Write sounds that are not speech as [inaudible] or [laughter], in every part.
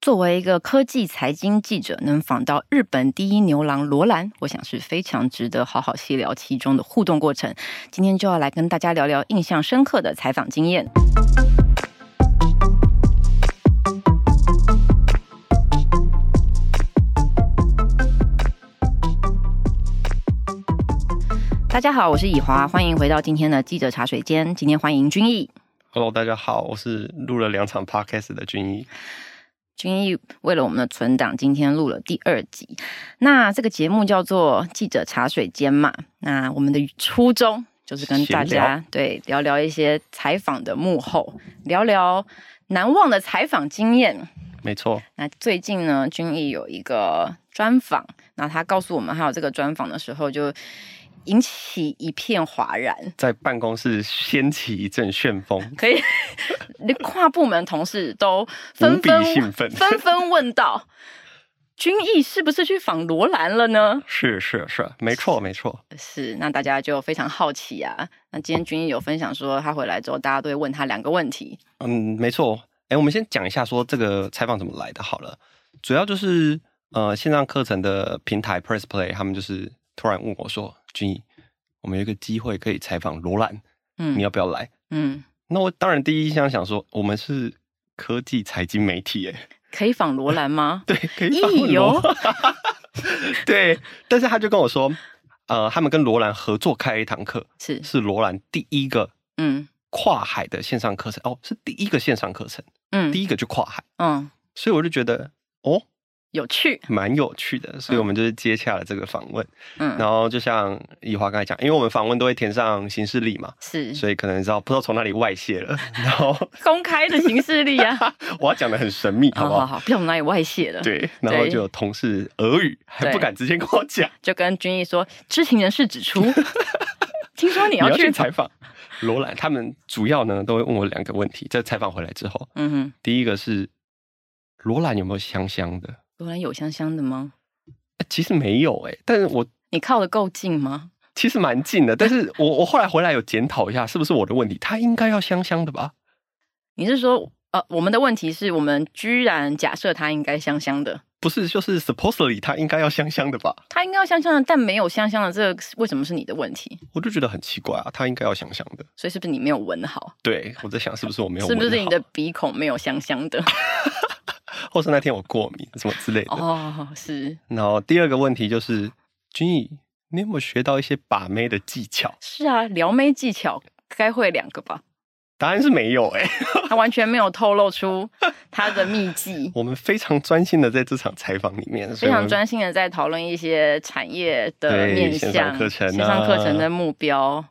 作为一个科技财经记者，能访到日本第一牛郎罗兰，我想是非常值得好好细聊其中的互动过程。今天就要来跟大家聊聊印象深刻的采访经验。大家好，我是以华，欢迎回到今天的记者茶水间。今天欢迎君毅。 Hello，大家好，我是录了两场 Podcast 的君毅。君毅为了我们的存档，今天录了第二集。那这个节目叫做《记者茶水间》嘛。那我们的初衷就是跟大闲家对聊聊一些采访的幕后，聊聊难忘的采访经验。没错，那最近呢，君毅有一个专访，那他告诉我们，还有这个专访的时候，就引起一片哗然。在办公室掀起一阵旋风，可以， [laughs] 你跨部门同事都纷纷无比兴奋纷纷问道：“君毅是不是去访罗兰了呢是是是，没错没错，？”是，那大家就非常好奇啊。那今天君毅有分享说，他回来之后，大家都会问他两个问题。嗯，没错。哎，我们先讲一下说这个采访怎么来的好了，主要就是呃线上课程的平台 Press Play，他们就是突然问我说，君毅，我们有一个机会可以采访罗兰，你嗯要不要来？嗯，那我当然第一印象想说，我们是科技财经媒体，哎，可以访罗兰吗？ [laughs] 对，可以咦访问罗哟 [laughs] 对，但是他就跟我说，呃，他们跟罗兰合作开一堂课，是，是罗兰第一个嗯跨海的线上课程，哦，是第一个线上课程，嗯第一个就跨海，嗯，所以我就觉得哦，有趣，蛮有趣的，所以我们就是接洽了这个访问。嗯然后就像以华刚才讲，因为我们访问都会填上行事历嘛，是所以可能你知道不知道从哪里外泄了，然后公开的形式力 [laughs] 啊。我要讲的很神秘，好好不好好？好，不知道从哪里外泄了。，对，然后就有同事俄语还不对敢直接跟我讲。就跟君毅说，知情人士指 [laughs] 出，听说你要去访，采访罗兰，他们主要呢都会问我两个问题。在采访回来之后，嗯哼。第一个是罗兰有没有香香的？罗兰有香香的吗？呃其实没有诶、但是我你靠的够近吗？其实蛮近的。但是我我后来回来有检讨一下，是不是我的问题？他应该要香香的吧？你是说，呃，我们的问题是我们居然假设它应该香香的，不是，就是 supposedly 他应该要香香的吧？它应该要香香的，但没有香香的，这个为什么是你的问题？我就觉得很奇怪啊，他应该要香香的。所以是不是你没有闻好？对，我在想是不是我没有是闻不好，是你的鼻孔没有香香 [laughs] 的？或是那天我过敏什么之类的。哦，是然后第二个问题就是，君毅，你有没有学到一些把妹的技巧？是啊，撩妹技巧该会两个吧？答案是没有欸诶、，他完全没有透露出他的秘籍 [laughs] 我们非常专心的在这场采访里面，所非以我们常专心的在讨论一些产业的对面线向、上课程啊线上课程的目标。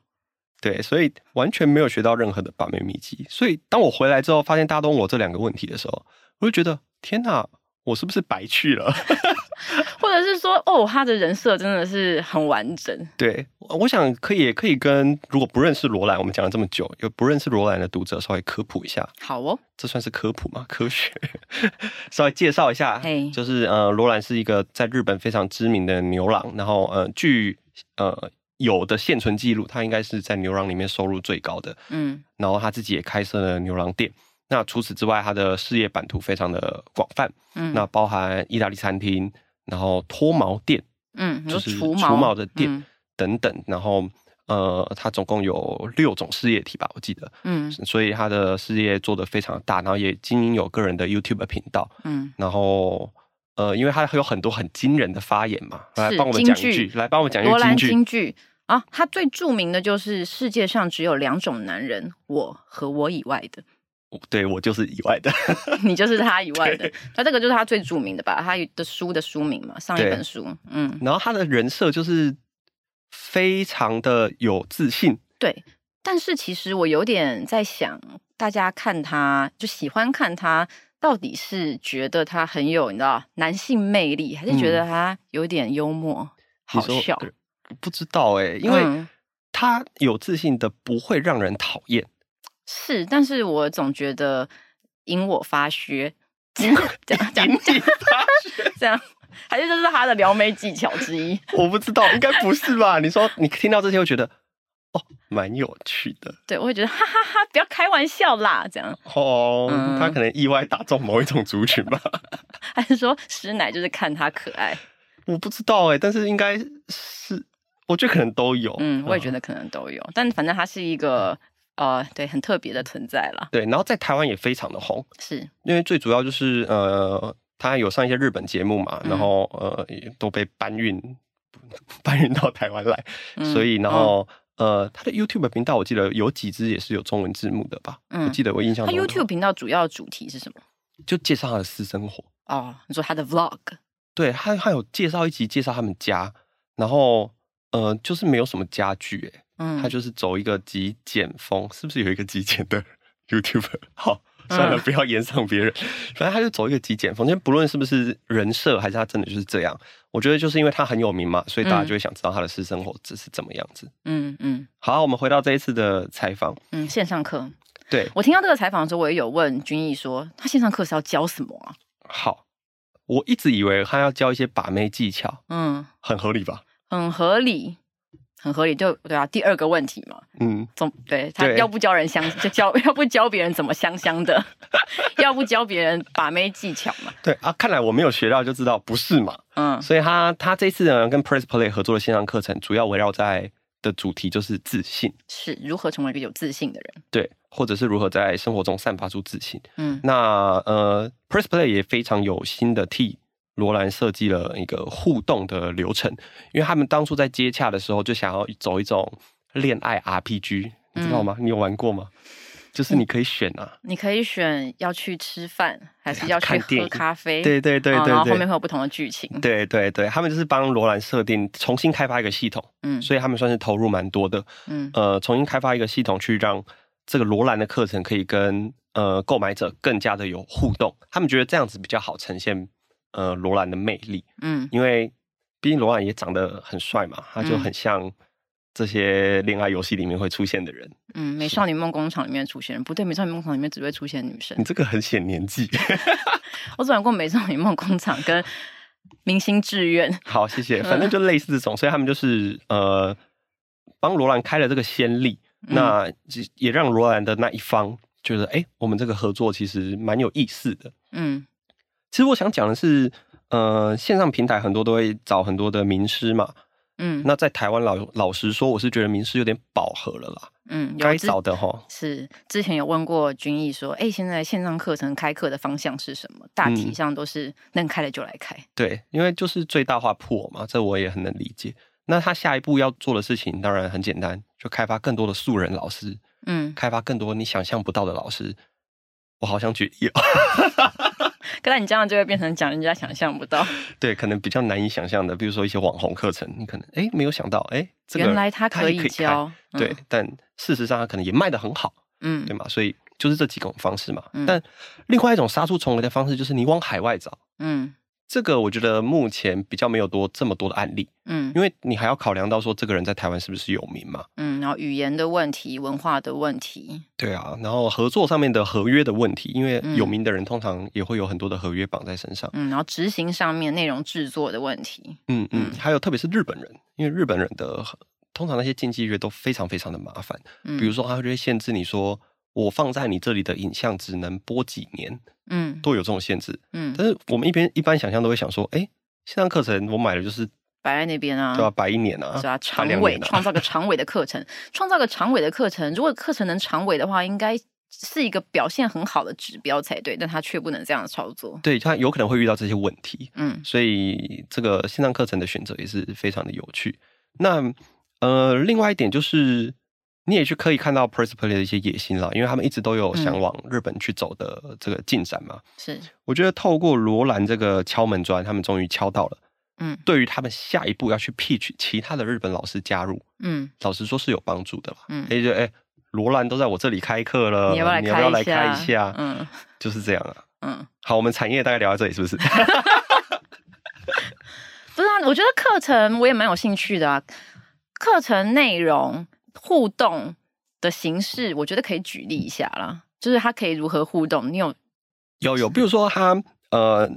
对，所以完全没有学到任何的把妹秘籍。所以当我回来之后，发现大家都问我这两个问题的时候，我就觉得天哪，我是不是白去了？ [laughs] 或者是说，哦，他的人设真的是很完整。对，我我想可以也可以跟如果不认识罗兰，我们讲了这么久，有不认识罗兰的读者稍微科普一下，好哦，这算是科普吗？科学， [laughs] 稍微介绍一下嘿，就是呃，罗兰是一个在日本非常知名的牛郎，然后呃，据呃有的现存记录，他应该是在牛郎里面收入最高的。嗯然后他自己也开设了牛郎店。那除此之外，他的事业版图非常的广泛，嗯，那包含意大利餐厅，然后脱毛店，嗯，你说就是除除毛毛的店嗯等等。然后呃，他总共有六种事业体吧，我记得，嗯所以他的事业做得非常大，然后也经营有个人的 YouTube 频道，嗯，然后。呃，因为他有很多很惊人的发言嘛，来是帮我们讲一金句句，来帮我们讲一罗兰句金句，京剧啊，他最著名的就是世界上只有两种男人，我和我以外的， [laughs] 对我就是以外的，你就是他以外的。那这个就是他最著名的吧？他的书的书名嘛，上一对本书，嗯，然后他的人设就是非常的有自信，对。但是其实我有点在想，大家看他就喜欢看他。到底是觉得他很有你知道男性魅力，还是觉得他有点幽默、好嗯你说笑？呃不知道哎、因为嗯他有自信的不会让人讨厌。是，但是我总觉得引我发 [laughs] 噱，这样这样这样引你发觉这样，还是这是他的撩妹技巧之一。我不知道，应该不是吧？你说你听到这些会觉得，哦，蛮有趣的对我会觉得哈哈哈，不要开玩笑啦，这样 [laughs] 哦。嗯他可能意外打中某一种族群吧，还是说师奶就是看他可爱？我不知道哎、但是应该是，我觉得可能都有。嗯，我也觉得。得可能都有，但反正他嗯是一个呃，对，很特别的存在啦。对，然后在台湾也非常的红，是，因为最主要就是呃，他有上一些日本节目嘛，嗯然后呃也都被搬运 [laughs] 搬运到台湾来，嗯所以然后、呃，他的 YouTube 频道我记得有几支也是有中文字幕的吧？嗯我记得我印象他中 YouTube 频道主要主题是什么？就介绍他的私生活，哦，你说他的 Vlog，对他他有介绍一集介绍他们家，然后呃就是没有什么家具、欸，嗯，他就是走一个极简风，是不是有一个极简的 [laughs] YouTuber？好，算了，嗯不要延上 [laughs] 别人。反正他就走一个极简风，就不论是不是人设，还是他真的就是这样。我觉得就是因为他很有名嘛，所以大家嗯就会想知道他的私生活这是怎么样子。嗯嗯好，我们回到这一次的采访，嗯，线上课。对，我听到这个采访的时候，我也有问君毅说，他线上课是要教什么啊？好，我一直以为他要教一些把妹技巧，嗯，很合理吧？很合理，很合理，就对啊。第二个问题嘛，嗯，总对他对要不教人香，就教 [laughs] 要不教别人怎么香香的， [laughs] 要不教别人把妹技巧嘛。对啊，看来我没有学到就知道不是嘛。嗯所以他他这次呢跟 Press Play 合作的线上课程，主要围绕在的主题就是自信。是如何成为一个有自信的人？对，或者是如何在生活中散发出自信。嗯那呃，Press Play 也非常有心的替罗兰设计了一个互动的流程，因为他们当初在接洽的时候就想要走一种恋爱 RPG，你知道嗯吗？你有玩过吗？就是你可以选啊，你可以选要去吃饭，还是对啊要看去电喝影咖啡？对对对哦然后后对面对。会有不同的剧情。对对对，他们就是帮罗兰设定重新开发一个系统，嗯所以他们算是投入蛮多的。嗯呃，重新开发一个系统，去让这个罗兰的课程可以跟呃购买者更加的有互动。他们觉得这样子比较好呈现呃罗兰的魅力，嗯因为毕竟罗兰也长得很帅嘛，他就嗯很像这些恋爱游戏里面会出现的人。嗯，美少女梦工厂里面出现人，不对，美少女梦工厂里面只会出现女生你。这个很显年纪。 [laughs] 我只玩过美少女梦工厂跟明星志愿。好，谢谢。反正就类似这种，所以他们就是呃帮罗兰开了这个先例，嗯那也让罗兰的那一方觉得，哎、我们这个合作其实蛮有意思的。嗯其实我想讲的是，呃，线上平台很多都会找很多的名师嘛。嗯那在台湾老老实说，我是觉得名师有点饱和了啦，嗯，有该之找的哈。是之前有问过君毅说，哎、现在线上课程开课的方向是什么？大体嗯上都是能开的就来开。对，因为就是最大化破嘛，这我也很能理解。那他下一步要做的事情当然很简单，就开发更多的素人老师，嗯，开发更多你想象不到的老师。我好想举例哦， [laughs] 可是你这样就会变成讲人家想象不 [laughs] 到，对，可能比较难以想象的，比如说一些网红课程，你可能哎没有想到，哎，这个原来他也可以开教。对，但事实上他可能也卖得很好，嗯，对嗯嘛？所以就是这几种方式嘛。嗯但另外一种杀出重围的方式就是你往海外找，嗯这个我觉得目前比较没有多这么多的案例，嗯因为你还要考量到说这个人在台湾是不是有名嘛？嗯，然后语言的问题、文化的问题，对啊，然后合作上面的合约的问题，因为嗯有名的人通常也会有很多的合约绑在身上。嗯，然后执行上面内容制作的问题，嗯嗯，嗯还有特别是日本人，因为日本人的通常那些竞技约都非常非常的麻烦，嗯，比如说他就会限制你说。我放在你这里的影像只能播几年，嗯都有这种限制。嗯，但是我们一边一般想象都会想说，哎、线上课程我买了就是摆在那边啊，对吧、摆一年啊，是啊，摆长两尾年啊，创造个长尾的课程，创造个长尾的课程。如果课程能长尾的话，应该是一个表现很好的指标才对，但他却不能这样操作。对他有可能会遇到这些问题，嗯所以这个线上课程的选择也是非常的有趣。那呃，另外一点就是。你也去可以看到 Press Play 的一些野心啦，因为他们一直都有想嗯往日本去走的这个进展嘛。是，我觉得透过罗兰这个敲门砖，他们终于敲到了。嗯对于他们下一步要去 pitch 其他的日本老师加入，嗯老实说是有帮助的啦。嗯哎、就哎、罗兰都在我这里开课了，你要不要来不要开来一开一下下？嗯就是这样啊。嗯，好，我们产业大概聊到这里，是不是？不是啊，我觉得课程我也蛮有兴趣的啊，课程内容互动的形式，我觉得可以举例一下啦，就是他可以如何互动。你有有有，比如说他呃，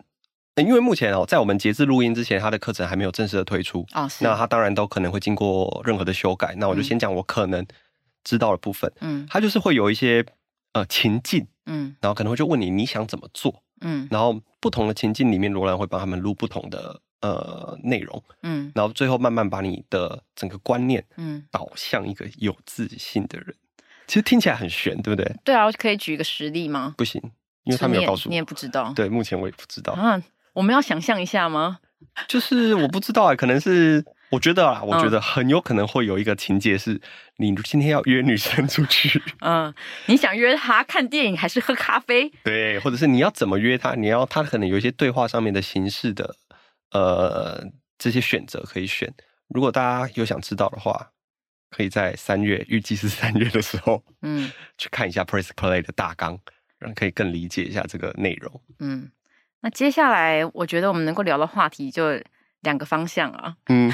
因为目前哦，在我们截至录音之前，他的课程还没有正式的推出，哦是那他当然都可能会经过任何的修改。那我就嗯先讲我可能知道的部分，嗯他就是会有一些呃情境，嗯然后可能会就问你你想怎么做，嗯然后不同的情境里面，罗兰会帮他们录不同的呃内容，嗯然后最后慢慢把你的整个观念嗯，导向一个有自信的人。其实听起来很悬，对不对？对啊，可以举一个实例吗？不行，因为他没有告诉你也，你也我。不知道。对，目前我也不知道，啊，我们要想象一下吗？就是我不知道啊、可能是我觉得啊，我觉嗯得很有可能会有一个情节是，你今天要约女生 [laughs] 出去，嗯，你想约他看电影还是喝咖啡？对，或者是你要怎么约她，你要她可能有一些对话上面的形式的，呃，这些选择可以选。如果大家有想知道的话，可以在三月，预计是三月的时候嗯去看一下 Press Play 的大纲，让可以更理解一下这个内容。嗯，那接下来我觉得我们能够聊的话题就两个方向啊，嗯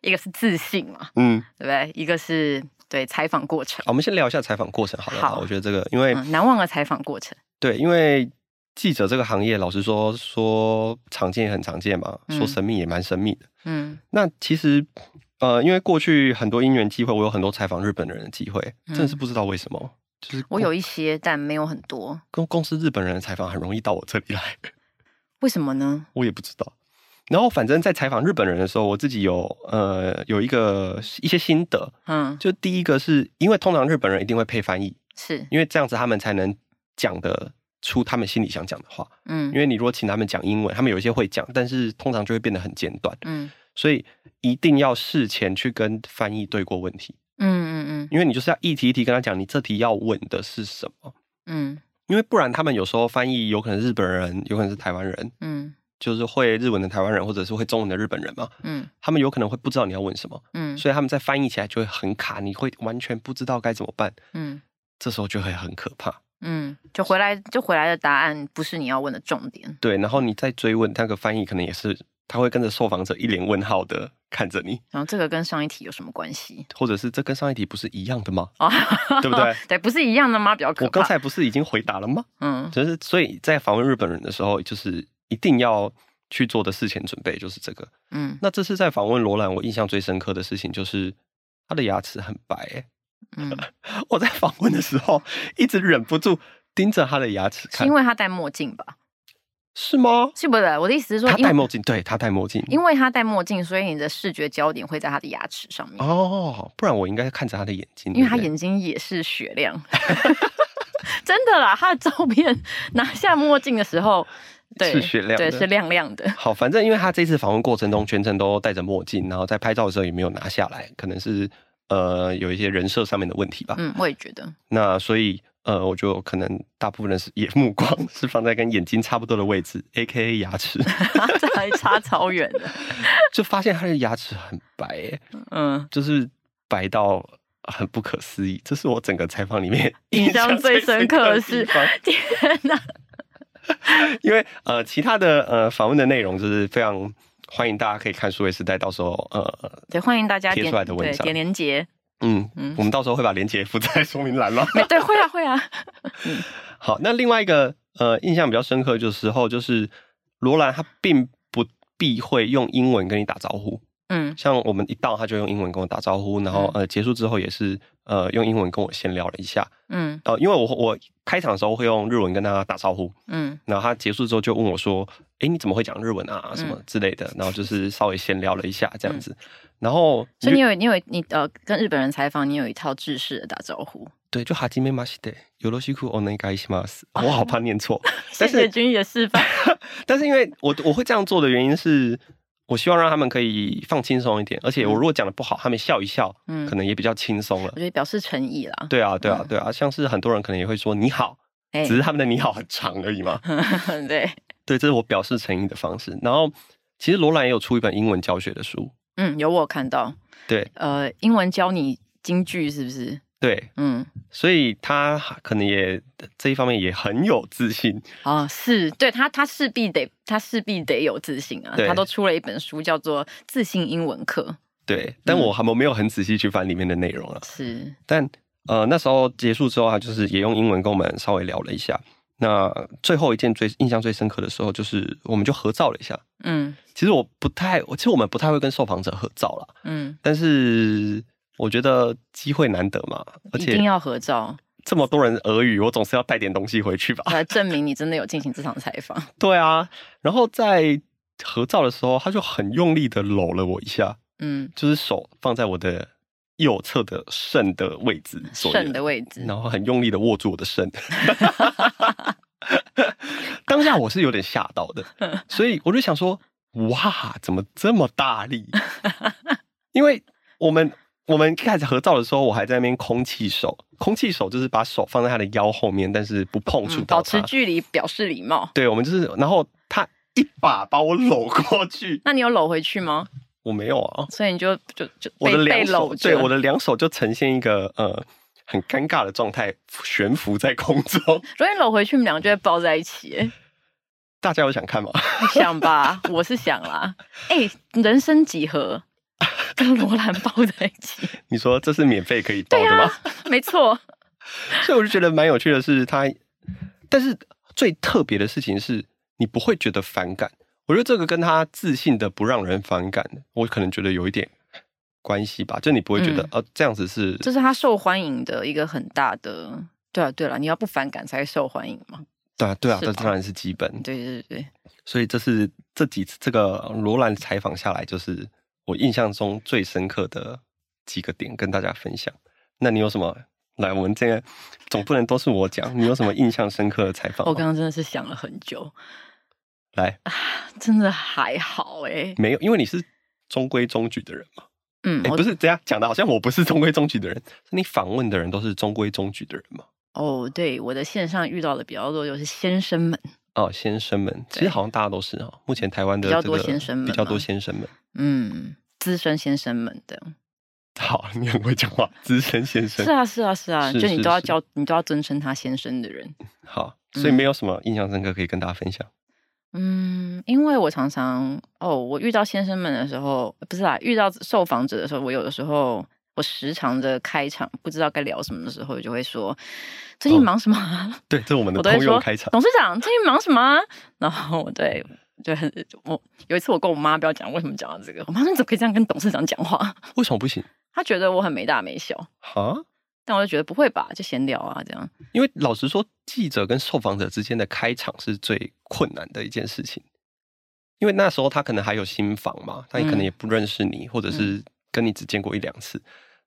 一个是自信嘛，嗯，对不对？一个是对采访过程好，，我们先聊一下采访过程好了啦。好我觉得这个，因为、嗯，难忘的采访过程。对，因为记者这个行业，老实说，说常见也很常见嘛，嗯说神秘也蛮神秘的。嗯那其实，呃，因为过去很多因缘机会，我有很多采访日本人的机会，嗯真的是不知道为什么，就是我有一些，但没有很多，跟公司日本人的采访很容易到我这里来， [laughs] 为什么呢？我也不知道。然后，反正在采访日本人的时候，我自己有呃有一个一些心得，嗯，就第一个是因为通常日本人一定会配翻译，是，因为这样子他们才能讲得出他们心里想讲的话。嗯因为你如果请他们讲英文，他们有一些会讲，但是通常就会变得很简短，嗯所以一定要事前去跟翻译对过问题，嗯嗯嗯因为你就是要一题一题跟他讲，你这题要问的是什么，嗯因为不然他们有时候翻译有可能是日本人，有可能是台湾人，嗯就是会日文的台湾人或者是会中文的日本人嘛，嗯他们有可能会不知道你要问什么，嗯所以他们在翻译起来就会很卡，你会完全不知道该怎么办，嗯这时候就会很可怕。嗯，就回来就回来的答案不是你要问的重点。对，然后你再追问那个翻译，可能也是他会跟着受访者一脸问号的看着你。然后这个跟上一题有什么关 [laughs] 系？或者是这跟上一题不是一样的吗？哦，对不对？ [laughs] 对，不是一样的吗？比较可怕。我刚才不是已经回答了吗？嗯就是所以在访问日本人的时候，就是一定要去做的事前准备就是这个。嗯那这次在访问罗兰，我印象最深刻的事情就是他的牙齿很白、欸。嗯，我在访问的时候一直忍不住盯着他的牙齿是看因，为他戴墨镜吧？是吗？是不是？我的意思是说，他因戴为墨镜，对他戴墨镜。因为他戴墨镜，所以你的视觉焦点会在他的牙齿上面，哦，不然我应该看着他的眼睛，因为他对不对眼睛也是雪亮。 [laughs] 真的啦，他的照片拿下墨镜的时候，对，是雪亮对，的是亮亮 [laughs] 的。好，反正因为他这次访问过程中全程都戴着墨镜，然后在拍照的时候也没有拿下来，可能是呃有一些人设上面的问题吧。嗯，我也觉得， [laughs] 那所以呃，我就可能大部分的是也目光是放在跟眼睛差不多的位置，A K A 牙齿， [laughs] 这还差超远的。就发现他的牙齿很白、欸， [laughs] 嗯，就是白到。很不可思议，这是我整个采访里面 [laughs] 印象最深刻的的是地方天哪，因为呃，其他的呃访问的内容就是非常欢迎大家可以看数位时代，到时候呃对，欢迎大家贴点出来的文对章点连接，嗯嗯，我们到时候会把链接附在说明栏吗？没对，会啊会啊， [laughs] 好，那另外一个呃，印象比较深刻的时候就是罗兰他并不避讳用英文跟你打招呼，嗯像我们一到他就用英文跟我打招呼，然后呃结束之后也是呃用英文跟我闲聊了一下，嗯呃，因为我我开场的时候会用日文跟他打招呼，嗯然后他结束之后就问我说：“诶，你怎么会讲日文啊？什么之类的。”嗯然后就是稍微闲聊了一下这样子，然后所以你有你有你呃，跟日本人采访，你有一套制式的打招呼。对就哈基梅马西德尤罗西库お願いします， [laughs] 哦我好怕念错，谢但是谢君毅的示 [laughs] 范。但是因为我我会这样做的原因是，我希望让他们可以放轻松一点，而且我如果讲的不好，他们笑一笑，嗯可能也比较轻松了我。觉得表示诚意啦。对啊，对啊嗯，对啊，像是很多人可能也会说你好，哎嗯只是他们的你好很长而已嘛。 [laughs] 对，对，这是我表示诚意的方式。然后，其实罗兰也有出一本英文教学的书，嗯，有我有看到，对呃，英文教你京剧是不是？对，嗯，所以他可能也这一方面也很有自信。啊，是对他，他势必得，他势必得有自信啊。对他都出了一本书，叫做《自信英文课对，嗯但我还我没有很仔细去翻里面的内容了。》，是，但呃那时候结束之后，他就是也用英文跟我们稍微聊了一下。那最后一件最印象最深刻的时候，就是我们就合照了一下。嗯其实我不太，我其实我们不太会跟受访者合照啦，嗯但是我觉得机会难得嘛，而一且定要合照这么多人俄语，我总是要带点东西回去吧。 [laughs] 来证明你真的有进行这场采访。对啊，然后在合照的时候，他就很用力的搂了我一下，嗯，就是手放在我的右侧的肾的位置左右，肾的位置，然后很用力的握住我的肾。 [laughs] 当下我是有点吓到的， [laughs] 所以我就想说，哇，怎么这么大力？因为我们我们一开始合照的时候，我还在那边空气手，空气手就是把手放在他的腰后面，但是不碰触嗯到保他。持距离表示礼貌。对，我们就是，然后他一把把我搂过去，那你有搂回去吗？我没有啊，所以你就就就我的被两被手搂着，对我的两手就呈现一个呃很尴尬的状态，悬浮在空中。如果你搂回去，你们两个就会抱在一起。哎大家有想看吗？ [laughs] 你想吧，我是想啦。哎、人生几何？跟罗兰抱在一 [laughs] 起，啊你说这是免费可以报的吗？没错， [laughs] 所以我就觉得蛮有趣的是他，但是最特别的事情是你不会觉得反感。我觉得这个跟他自信的不让人反感，我可能觉得有一点关系吧。就你不会觉得、嗯呃这样子是这是他受欢迎的一个很大的。对啊，对了，你要不反感才会受欢迎嘛。对啊对啊，是这吧当然是基本。对对对，所以这是这几次这个罗兰采访下来，就是我印象中最深刻的几个点跟大家分享。那你有什么？来，我们这个总不能都是我讲，你有什么印象深刻的采访吗？我刚刚真的是想了很久，啊来，真的还好哎、没有，因为你是中规中矩的人嘛。嗯，哎、我不是这样讲的，好像我不是中规中矩的人，是你访问的人都是中规中矩的人嘛？哦，对，我的线上遇到的比较多就是先生们，哦，先生们，其实对好像大家都是哈。目前台湾的比较这多个先生们比较多嘛先生们。嗯，资深先生们的，好，你很会讲话，资深先生是。啊，是啊，是啊，是就你是都要是叫你都要尊称他先生的人，好，所以没有什么印象深刻可以跟大家分享。嗯，因为我常常哦，我遇到先生们的时候，不是啦，遇到受访者的时候，我有的时候。我时常的开场不知道该聊什么的时候，就会说最近哦忙什么、啊？ [laughs] 对，这是我们的我都会通说用开场。董事长最近忙什么啊、然后对，就很我有一次我跟我妈不要讲为什么讲到这个，我妈说你怎么可以这样跟董事长讲话？为什么不行？她觉得我很没大没小，哈，但我就觉得不会吧，就闲聊啊这样。因为老实说，记者跟受访者之间的开场是最困难的一件事情，因为那时候他可能还有新房嘛，他也可能嗯也不认识你，或者是跟你只见过一两次，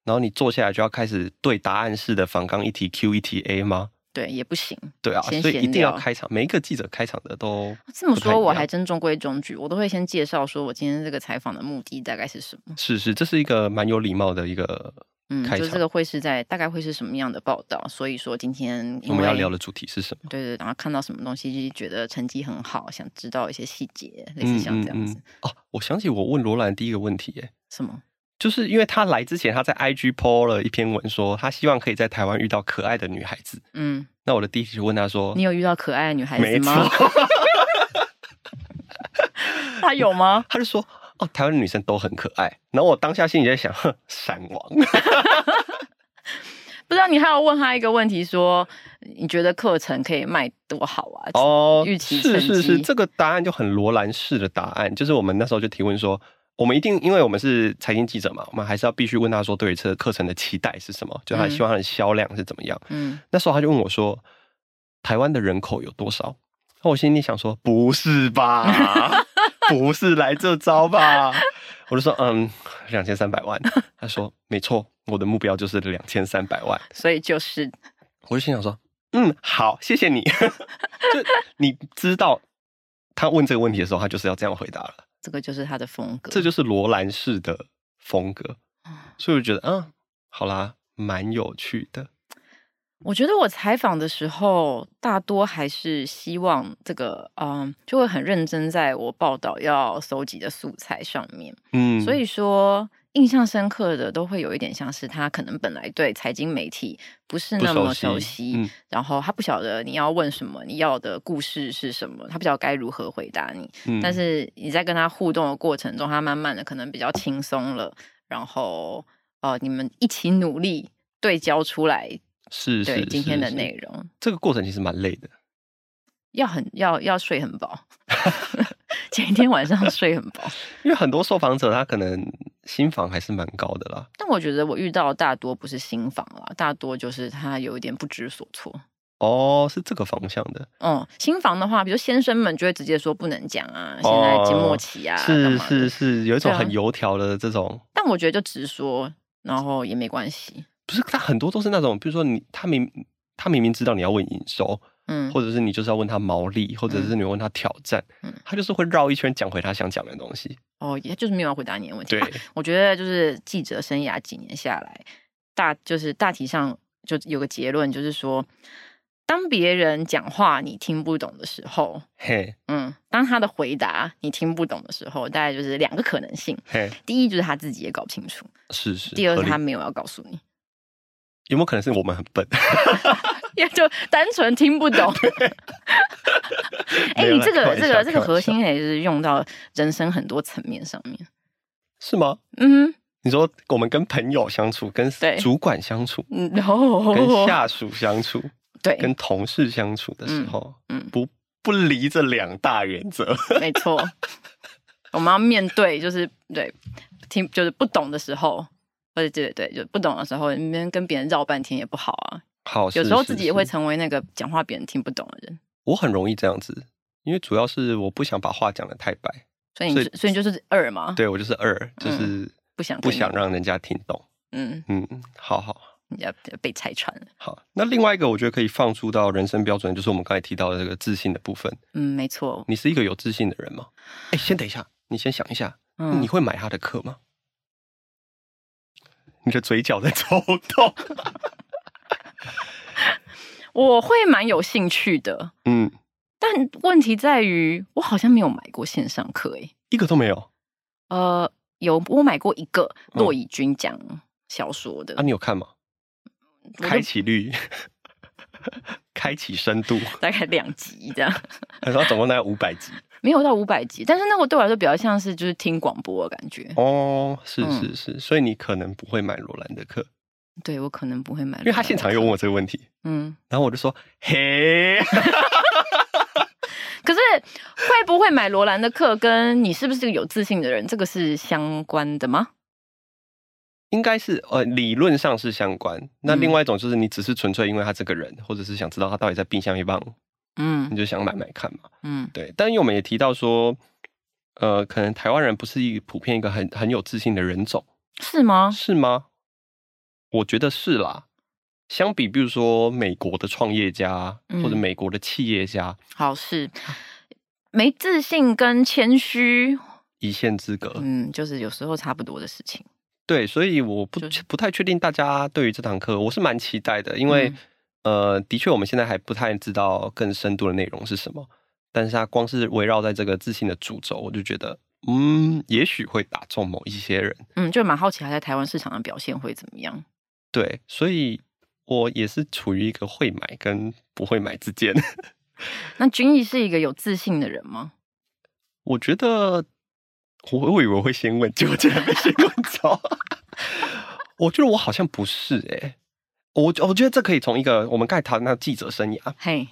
然后你坐下来就要开始对答案式的访纲一题 Q 一题 A 吗？对，也不行。对啊，先所以一闲定要聊开场，每一个记者开场的都这么不太说一我样还真中规中矩，我都会先介绍说我今天这个采访的目的大概是什么。是是，这是一个蛮有礼貌的一个嗯，开就场。这个会是在大概会是什么样的报道？所以说今天我因们为要聊的主题是什么？对对，然后看到什么东西觉得成绩很好，想知道一些细节，类嗯似像这样子。哦，我想起我问罗兰第一个问题，耶，什么？就是因为他来之前，他在 IG po 了一篇文说，他希望可以在台湾遇到可爱的女孩子。嗯，那我的第一题就问他说你，有遇到可爱的女孩哦没子错 [laughs] 吗？， [laughs] 她有吗？他就说，哦，台湾的女生都很可爱。然后我当下心里在想，哼，闪王，不知道你还要问她一个问题说，你觉得课程可以卖多好啊？哦，预期是成是是，绩这个答案就很罗兰式的答案，就是我们那时候就提问说。我们一定，因为我们是财经记者嘛，我们还是要必须问他说对于这个课程的期待是什么，就他嗯希望他的销量是怎么样。嗯，那时候他就问我说：“台湾的人口有多少？”那我心里想说：“不是吧，不是来这招吧？”我就说：“嗯，两千三百万。”他说：“没错，我的目标就是两千三百万。所以就是”我就心想说：“嗯，好，谢谢你。” [laughs] 就你知道他问这个问题的时候，他就是要这样回答了。这个就是她的风格，这就是罗兰式的风格，所以我觉得，嗯，好啦，蛮有趣的。我觉得我采访的时候，大多还是希望这个，嗯，就会很认真在我报道要搜集的素材上面。嗯，所以说，印象深刻的都会有一点像是他可能本来对财经媒体不是不那么熟熟悉，悉嗯然后他不晓得你要问什么，你要的故事是什么，他不晓得该如何回答你。嗯但是你在跟他互动的过程中，他慢慢的可能比较轻松了，然后呃，你们一起努力对焦出来是是对今天的是内容，这个过程其实蛮累的。要很要要睡 [laughs] 很饱，前一天晚上睡很饱，因为很多受访者他可能新房还是蛮高的啦。但我觉得我遇到的大多不是新房啦，大多就是他有一点不知所措。哦，是这个方向的，哦，新房的话，比如先生们就会直接说不能讲啊，现在经末期啊，干是嘛的哦是是，有一种对啊很油条的这种，但我觉得就直说，然后也没关系。不是他很多都是那种，比如说你他明他明明知道你要问营收，嗯，或者是你就是要问他毛利，或者是你问他挑战，嗯他就是会绕一圈讲回他想讲的东西。哦，也就是没有要回答你的问 [laughs] 题。对啊我觉得就是记者生涯几年下来，大就是大体上就有个结论，就是说，当别人讲话你听不懂的时候，嘿嗯，当他的回答你听不懂的时候，大概就是两个可能性：嘿，第一就是他自己也搞不清楚，是是。第二合是理他没有要告诉你，有没有可能是我们很笨？ [laughs] 也就单纯听不懂。 [laughs] 哎、没有你啦这开个玩这笑个这开个玩核笑心也是用到人生很多层面上面。是吗？嗯你说我们跟朋友相处，跟对主管相处，嗯，哦然后跟下属相处，对，跟同事相处的时候，嗯嗯不不离这两大原则。 [laughs] 没错，我们要面对就是对听就是不懂的时候，或者对对对，就不懂的时候，你们跟别人绕半天也不好啊。好，有是时候是自己也会是成为那个讲话别人听不懂的人，我很容易这样子，因为主要是我不想把话讲的太白，所以你所就以所以你就是二嘛，对我就是嗯二，就是不想不听想让人家听懂。嗯，嗯，好好你要被拆穿了，好。那另外一个，我觉得可以放出到人生标准，就是我们刚才提到的这个自信的部分。嗯，没错，你是一个有自信的人吗？哎，先等一下，你先想一下，嗯你，会买他的课吗？你的嘴角在抽 [laughs] 动。我会蛮有兴趣的，嗯，但问题在于我好像没有买过线上课诶、一个都没有呃，有我买过一个嗯骆以军讲小说的，啊？你有看吗？我就开启率，开启深度，大概两集这样。他说总共大概五百 [laughs] 集。没有到五百集，但是那个对我来说比较像是就是听广播的感觉。哦，是嗯是是，所以你可能不会买罗兰的课，对我可能不会买，因为他现场又问我这个问题，嗯，然后我就说嘿， [laughs] 可是会不会买罗兰的课，跟你是不是个有自信的人，这个是相关的吗？应该是呃理论上是相关。那嗯另外一种就是你只是纯粹因为他这个人，或者是想知道他到底在冰箱一棒，嗯你就想买买看嘛。嗯对，但因为我们也提到说，呃，可能台湾人不是一普遍一个很很有自信的人种。是吗？是吗？我觉得是啦。相比，比如说美国的创业家嗯或者美国的企业家，好是没自信跟谦虚，一线之隔。嗯，就是有时候差不多的事情。对，所以我不就是不太确定大家对于这堂课，我是蛮期待的，因为、嗯呃，的确我们现在还不太知道更深度的内容是什么，但是它光是围绕在这个自信的主轴，我就觉得，嗯，也许会打中某一些人。嗯，就蛮好奇他在台湾市场的表现会怎么样。对，所以我也是处于一个会买跟不会买之间。那君毅是一个有自信的人吗？我觉得我我以为我会先问，结果竟然被先问着。 [laughs] 我觉得我好像不是诶、我我觉得这可以从一个我们刚才谈到记者生涯，啊嘿，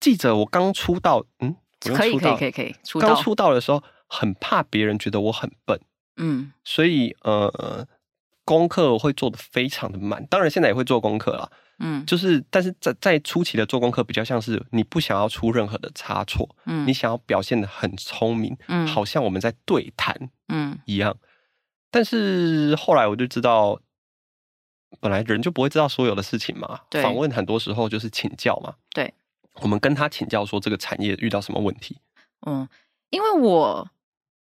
记者我刚出道，嗯，我用可以出可以道可以可以，出刚道，出道的时候很怕别人觉得我很笨，嗯所以呃，功课我会做的非常的慢，当然现在也会做功课啦，嗯就是但是在在初期的做功课比较像是你不想要出任何的差错，嗯，你想要表现的很聪明，嗯好像我们在对谈，嗯一样。但是后来我就知道，本来人就不会知道所有的事情嘛。对访问很多时候就是请教嘛。对，我们跟他请教说这个产业遇到什么问题。嗯，因为我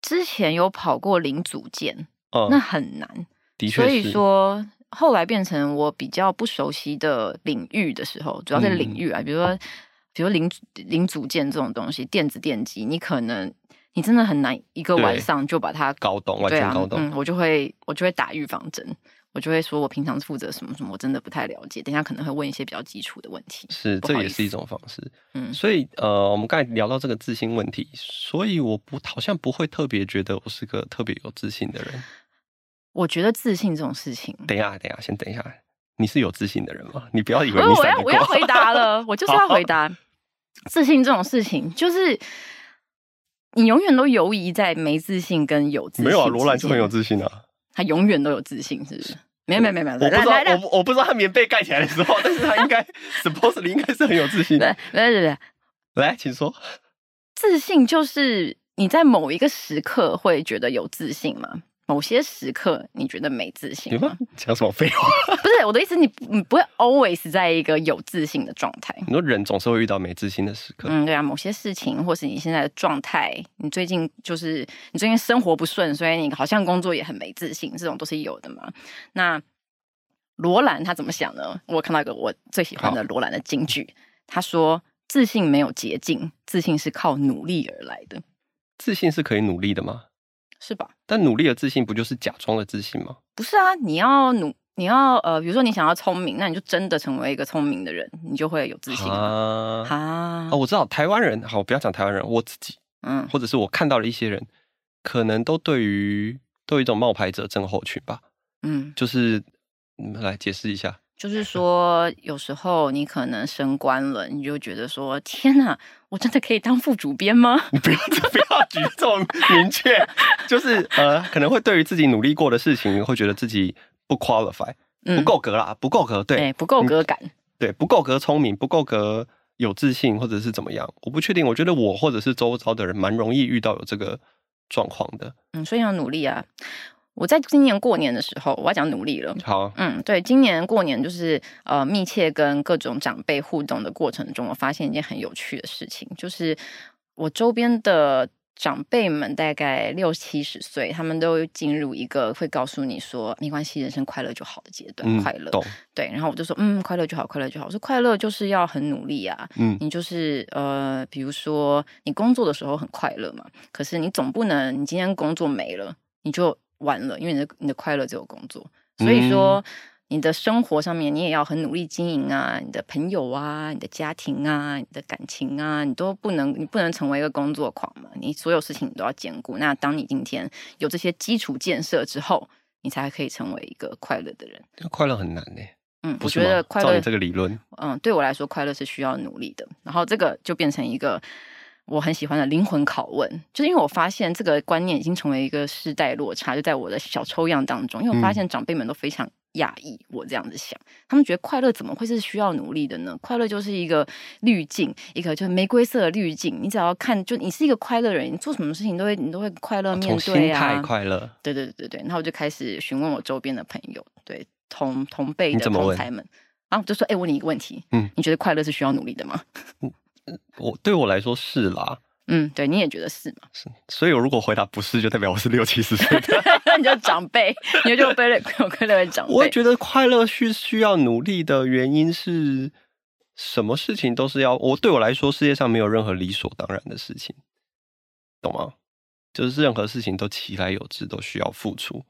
之前有跑过零组件，嗯，那很难，的确所是。以说后来变成我比较不熟悉的领域的时候，主要是领嗯域啊，比如说比如零零组件这种东西，电子电机，你可能你真的很难一个对晚上就把它高懂，完对全啊高，懂。嗯，我就会我就会打预防针。我就会说，我平常负责什么什么，我真的不太了解。等一下可能会问一些比较基础的问题。是，不这好也意是一思种方式。嗯所以呃，我们刚才聊到这个自信问题，所以我不好像不会特别觉得我是个特别有自信的人。我觉得自信这种事情，等一下，等一下，先等一下，你是有自信的人吗？你不要以不为是你哦我闪要得我要过回答了，我就是要回答。自信这种事情，就是你永远都游移在没自信跟有自信。没有啊，罗兰就很有。自信啊。他永远都有自信，是不是？没有没有没有没有，我不来知来来道，，我我不知道他棉被盖起来的时候，但是他应该 [laughs] supposedly 应该是很有自信对。对对对，来，请说。自信就是你在某一个时刻会觉得有自信吗？某些时刻你觉得没自信你吗？们讲什么废话？不是我的意思你，不你不会 always 在一个有自信的状态。你说 [laughs] 人总是会遇到没自信的时刻，嗯，对啊，某些事情，或是你现在的状态，你最近就是你最近生活不顺，所以你好像工作也很没自信，这种都是有的嘛。那罗兰他怎么想呢？我看到一个我最喜欢的罗兰的金句，他说：“自信没有捷径，自信是靠努力而来的，自信是可以努力的吗？是吧？”但努力的自信不就是假装的自信吗？不是啊，你要努，你要呃，比如说你想要聪明，那你就真的成为一个聪明的人，你就会有自信啊。啊啊哦，我知道台湾人，好，不要讲台湾人，我自己嗯，或者是我看到了一些人，可能都对于都有一种冒牌者症候群吧，嗯，就是你们来解释一下。 [laughs] 就是说，有时候你可能升官了，你就觉得说，天哪，我真的可以当副主编吗？你不要不要举这种 [laughs] 明确，就是呃，可能会对于自己努力过的事情，会觉得自己不 qualify， [laughs] 嗯哎不够格啦，不够格，对嗯对，不够你格感。对，不够格聪明，不够格有自信，或者是怎么样，我不确定。我觉得我或者是周遭的人，蛮容易遇到有这个状况的。嗯，所以要努力啊。我在今年过年的时候，我要讲努力了。好，嗯，对，今年过年就是呃，密切跟各种长辈互动的过程中，我发现一件很有趣的事情，就是我周边的长辈们大概六七十岁，他们都进入一个会告诉你说没关系，人生快乐就好的阶段，嗯快，乐懂，对。然后我就说，嗯，快乐就好，快乐就好。我说快乐就是要很努力啊，嗯，你就是呃，比如说你工作的时候很快乐嘛，可是你总不能你今天工作没了你就完了，因为你的你的快乐只有工作，所以说。你的生活上面，你也要很努力经营啊，你的朋友啊，你的家庭啊，你的感情啊，你都不能，你不能成为一个工作狂嘛。你所有事情你都要兼顾。那当你今天有这些基础建设之后，你才可以成为一个快乐的人。快乐很难呢、嗯，不我是觉吗得快照乐你这个理论，嗯，对我来说，快乐是需要努力的。然后这个就变成一个我很喜欢的灵魂拷问，就是因为我发现这个观念已经成为一个世代落差，就在我的小抽样当中，因为我发嗯现长辈们都非常讶异我这样子想，他们觉得快乐怎么会是需要努力的呢？快乐就是一个滤镜，一个就是玫瑰色的滤镜，你只要看，就你是一个快乐人，你做什么事情都会你都会快乐面从对心啊，态快乐。对对对对对，然后我就开始询问我周边的朋友，对同同辈你的怎么同问才们，然后我就说：“哎、问你一个问题，嗯嗯，你觉得快乐是需要努力的吗我对我来说是啦，？”嗯，对，你也觉得是嘛？是，所以我如果回答不是，就代表我是六七十岁的。 [laughs] 那你就长辈，你就被 [laughs] 了被快乐的长我会辈。觉得快乐是需要努力的原因是。什么事情都是要我对我来说，世界上没有任何理所当然的事情，懂吗？就是任何事情都其来有之，都需要付出，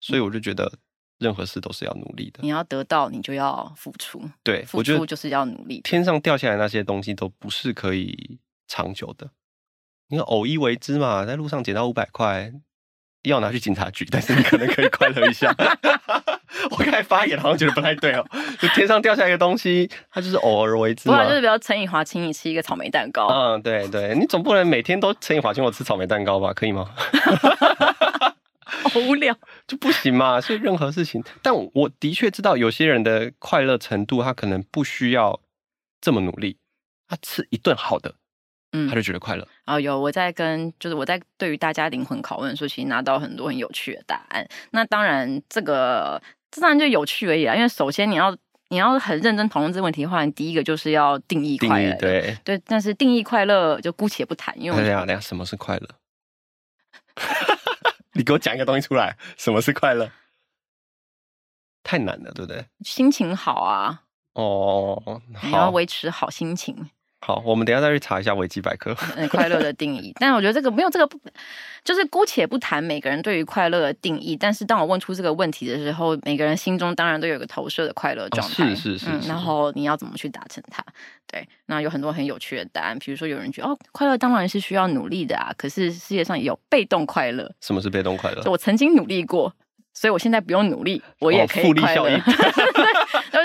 所以嗯我就觉得任何事都是要努力的你。要得到，你就要付出，对，付我觉出得就是要努力的。天上掉下来那些东西都不是可以长久的，你看偶一为之嘛，在路上捡到五百块，要拿去警察局，但是你可能可以快乐一下。 [laughs] 我刚才发言好像觉得不太对哦，就天上掉下来一个东西，它就是偶尔为之不嘛然。就是比较陈以华请你吃一个草莓蛋糕，嗯，对对，你总不能每天都陈以华请我吃草莓蛋糕吧？可以吗？好无聊。就不行嘛。 [laughs] 所以任何事情，但我我的确知道有些人的快乐程度，他可能不需要这么努力，他吃一顿好的，嗯他就觉得快乐。啊、有我在跟，就是我在对于大家灵魂拷问的时候，其实拿到很多很有趣的答案。那当然，这个这当然就有趣而已啦。啊因为首先你要你要很认真讨论这个问题的话，你第一个就是要定义定 [laughs] 快义乐。对。啊对，但是定义快乐就姑且不谈，因为我等一觉下得等一下，什么是快乐？ [laughs] 你给我讲一个东西出来，什么是快乐？太难了，对不对？心情好啊，哦，你要好，维持好心情，好，我们等一下再去查一下维基百科。 [laughs] 嗯，快乐的定义。但我觉得这个没有这个不，就是姑且不谈每个人对于快乐的定义。但是当我问出这个问题的时候，每个人心中当然都有一个投射的快乐状态，哦是是是嗯是然后你要怎么去达成它？对，那有很多很有趣的答案，比如说有人觉得哦，快乐当然是需要努力的啊，可是世界上也有被动快乐，什么是被动快乐就？我曾经努力过。所以我现在不用努力，我也哦可以复利快乐。效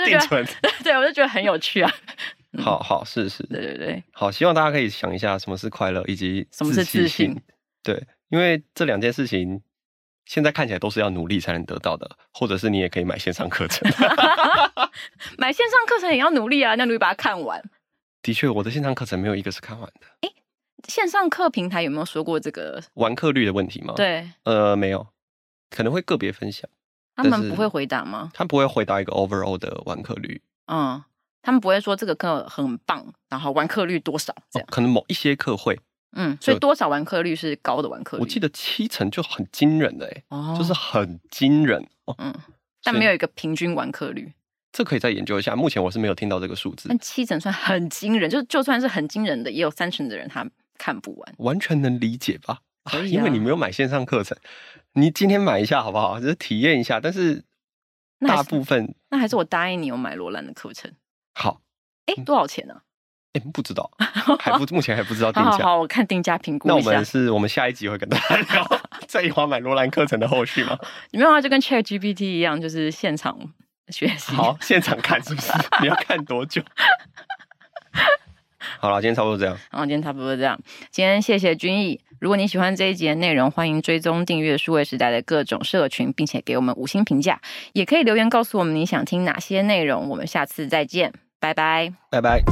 [laughs] 应对，我就觉定得存。 [laughs] 对，我就觉得很有趣啊。 [laughs] 好好，是是，对对对，好，希望大家可以想一下什么是快乐以及什么是自自信信。对，因为这两件事情现在看起来都是要努力才能得到的，或者是你也可以买线上课程。 [laughs] 买线上课程也要努力啊，那努力把它看完。的确，我的线上课程没有一个是看完的。线上课平台有没有说过这个？完课率的问题吗？，对呃，没有，可能会个别分享，他但们是不会回答吗？他不会回答一个 overall 的完课率。嗯，他们不会说这个课很棒，然后完课率多少这哦样。可能某一些课会，嗯，所以就多少完课率是高的完课率？我记得七成就很惊人的、欸，哦就是很惊人哦。嗯，但没有一个平均完课率，这可以再研究一下，目前我是没有听到这个数字但，七成算很惊人，就就算是很惊人的，也有三成的人他看不完。完全能理解吧？可以啊因为你没有买线上课程，你今天买一下好不好？就是体验一下，但是那还是大部分那还是我答应你，我买罗兰的课程。好，哎，嗯多少钱呢、哎、不 [laughs] 知道，还不目前还不知道定好价。好好，我看定价评那估我一下们。是我们下一集会跟大家聊 [laughs] 在一华买罗兰课程的后续 [laughs] 吗？没有啊，就跟 Chat GPT 一样，就是现场学习。好，现场看是不是？你要看多久？ [laughs] 好了，今天差不多这样。然后今天差不多这样，今天谢谢君毅。如果你喜欢这一节内容，欢迎追踪订阅数位时代的各种社群，并且给我们五星评价，也可以留言告诉我们你想听哪些内容。我们下次再见，拜拜。拜拜。